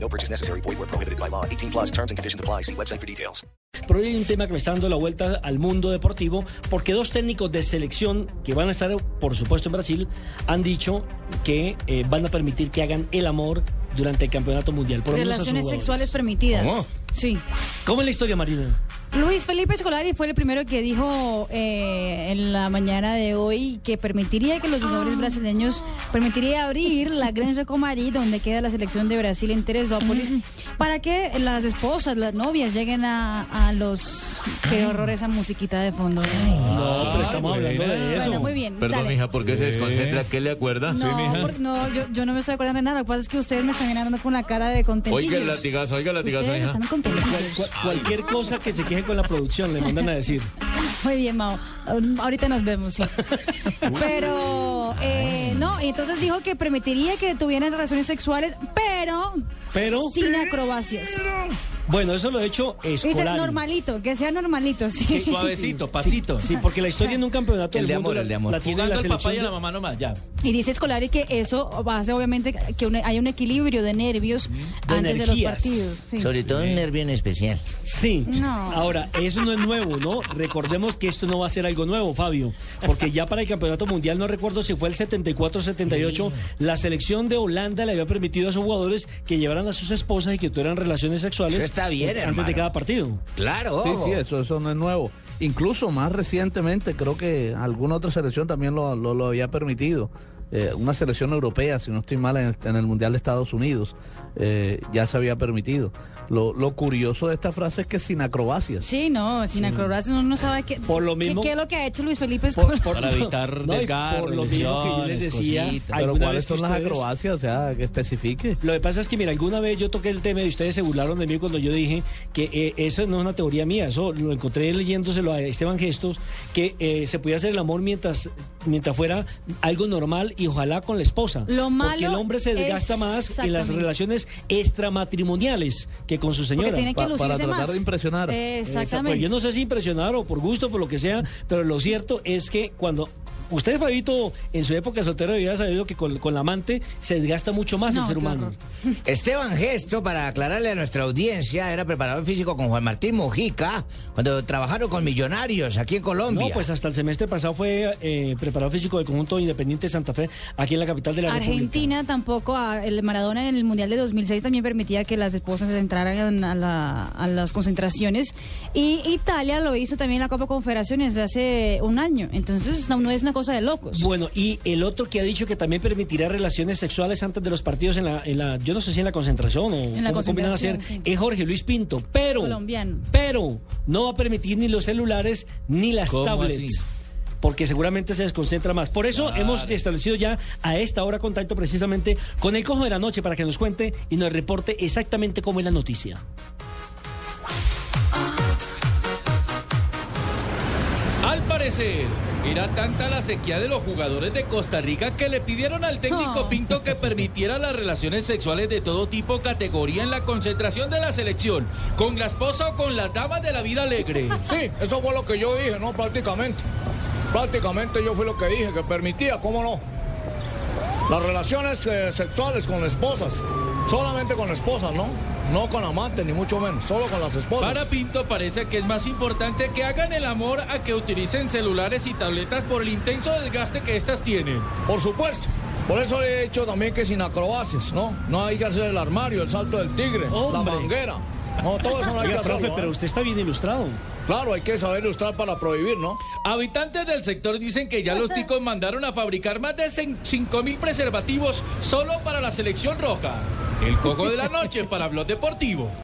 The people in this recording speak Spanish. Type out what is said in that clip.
No purchase necessary. Void where prohibited by law. 18 plus terms and conditions apply. See website for details. Pero hay un tema que le está dando la vuelta al mundo deportivo, porque dos técnicos de selección que van a estar, por supuesto, en Brasil, han dicho que eh, van a permitir que hagan el amor durante el campeonato mundial. Por lo menos a sus Relaciones jugadores. sexuales permitidas. ¿Cómo? Sí. ¿Cómo es la historia, Marina? Luis Felipe Escolari fue el primero que dijo eh, en la mañana de hoy que permitiría que los jugadores brasileños permitiría abrir la Granja Comari, donde queda la selección de Brasil en Teresópolis, para que las esposas, las novias lleguen a, a los... Qué horror esa musiquita de fondo. Ah, No, pero estamos hablando de eso. Bueno, muy bien. Perdón, dale. mija, ¿por qué se desconcentra? ¿Qué le Ah, acuerda? No, porque- no, yo, yo no me estoy acordando de nada. Lo que pasa es que ustedes me están mirando con la cara de contentillos. Oiga el latigazo, oiga el latigazo, Ustedes hija. están contentillos. Cual- cualquier cosa que se queje con la producción le mandan a decir. Muy bien, Mao. Um, Ahorita nos vemos, sí. Pero, Ah, eh, no, y entonces dijo que permitiría que tuvieran relaciones sexuales, pero, Pero, sin acrobacias. bueno, eso lo he hecho Dice escolar. normalito, que sea normalito, sí. Suavecito, Sí, sí, porque la historia en un campeonato El del de mundo amor, la- el de amor. la tiene la Jugando al papá selección y a de- la mamá nomás, ya. Y dice Escolari que eso hace obviamente que un- hay un equilibrio de nervios antes de los energías. partidos. sí. Sobre todo un nervio en especial. Sí. No. Ahora, eso no es nuevo, ¿no? Recordemos que esto no va a ser algo nuevo, Fabio, porque ya para el Campeonato Mundial, no recuerdo si fue el 74-78, la selección de Holanda le había permitido a sus jugadores que llevaran a sus esposas y que tuvieran relaciones sexuales Eso está bien, antes de hermano. cada partido. Claro. Sí, sí, eso, eso no es nuevo. Incluso más recientemente, creo que alguna otra selección también lo, lo- lo había permitido. Eh, una selección europea, si no estoy mal, en el, en el Mundial de Estados Unidos, eh, ya se había permitido. Lo, lo curioso de esta frase es que sin acrobacias. Sí, no, sin acrobacias uno no sabe qué, Por lo qué- mismo- qué es lo que ha hecho Luis Felipe Escolari. Por- por- Para evitar no, y desgarros, por lo mismo que yo les lesiones, decía, cositas. alguna Pero vez ¿cuáles que son las ustedes- acrobacias? O sea, que especifique. Lo que pasa es que, mira, alguna vez yo toqué el tema y ustedes se burlaron de mí cuando yo dije que eh, eso no es una teoría mía, eso lo encontré leyéndoselo a Esteban Gestos, que eh, se podía hacer el amor mientras, mientras fuera algo normal y ojalá con la esposa. Lo Porque el malo hombre se desgasta más en las exactamente. relaciones extramatrimoniales que con su señora. porque tiene que Pa- lucirse para tratar más. de impresionar. Esa- pues Exactamente. yo no sé si impresionar o por gusto, por lo que sea, pero lo cierto es que cuando... Usted, Fabito, en su época soltero, había sabido que con, con la amante se desgasta mucho más No, el ser qué humano. horror. Esteban Gesto, para aclararle a nuestra audiencia, era preparador físico con Juan Martín Mujica cuando trabajaron con Millonarios aquí en Colombia. No, pues hasta el semestre pasado fue eh, preparado físico del conjunto Independiente de Santa Fe, aquí en la capital de la República. Argentina tampoco, a- el Maradona en el Mundial de 2006 también permitía que las esposas entraran a, la- a las concentraciones y Italia lo hizo también en la Copa Confederaciones hace un año, entonces no, no es una cosa de locos. Bueno, y el otro que ha dicho que también permitirá relaciones sexuales antes de los partidos en la, en la yo no sé si en la concentración o la cómo combinan a hacer, concentración, sí. es Jorge Luis Pinto, pero, Colombiano. pero no va a permitir ni los celulares ni las ¿Cómo tablets. así? Porque seguramente se desconcentra más. Por eso Claro. hemos establecido ya a esta hora contacto precisamente con el cojo de la noche para que nos cuente y nos reporte exactamente cómo es la noticia. Al parecer, era tanta la sequía de los jugadores de Costa Rica que le pidieron al técnico Oh. Pinto que permitiera las relaciones sexuales de todo tipo, categoría en la concentración de la selección, con la esposa o con la dama de la vida alegre. Sí, eso fue lo que yo dije, ¿no? Prácticamente. Prácticamente yo fui lo que dije, que permitía, ¿cómo no? Las relaciones eh, sexuales con esposas. Solamente con esposas, ¿no? No con amantes, ni mucho menos. Solo con las esposas. Para Pinto parece que es más importante que hagan el amor a que utilicen celulares y tabletas por el intenso desgaste que estas tienen. Por supuesto. Por eso le he dicho también que sin acrobacias, ¿no? No hay que hacer el armario, el salto del tigre, la Hombre. manguera. No, todo eso no hay que Oiga, hacerlo. profe, ¿eh? pero usted está bien ilustrado. Claro, hay que saber ilustrar para prohibir, ¿no? Habitantes del sector dicen que ya los ticos mandaron a fabricar más de 5.000 preservativos solo para la selección roja. El coco de la noche para Blog Deportivo.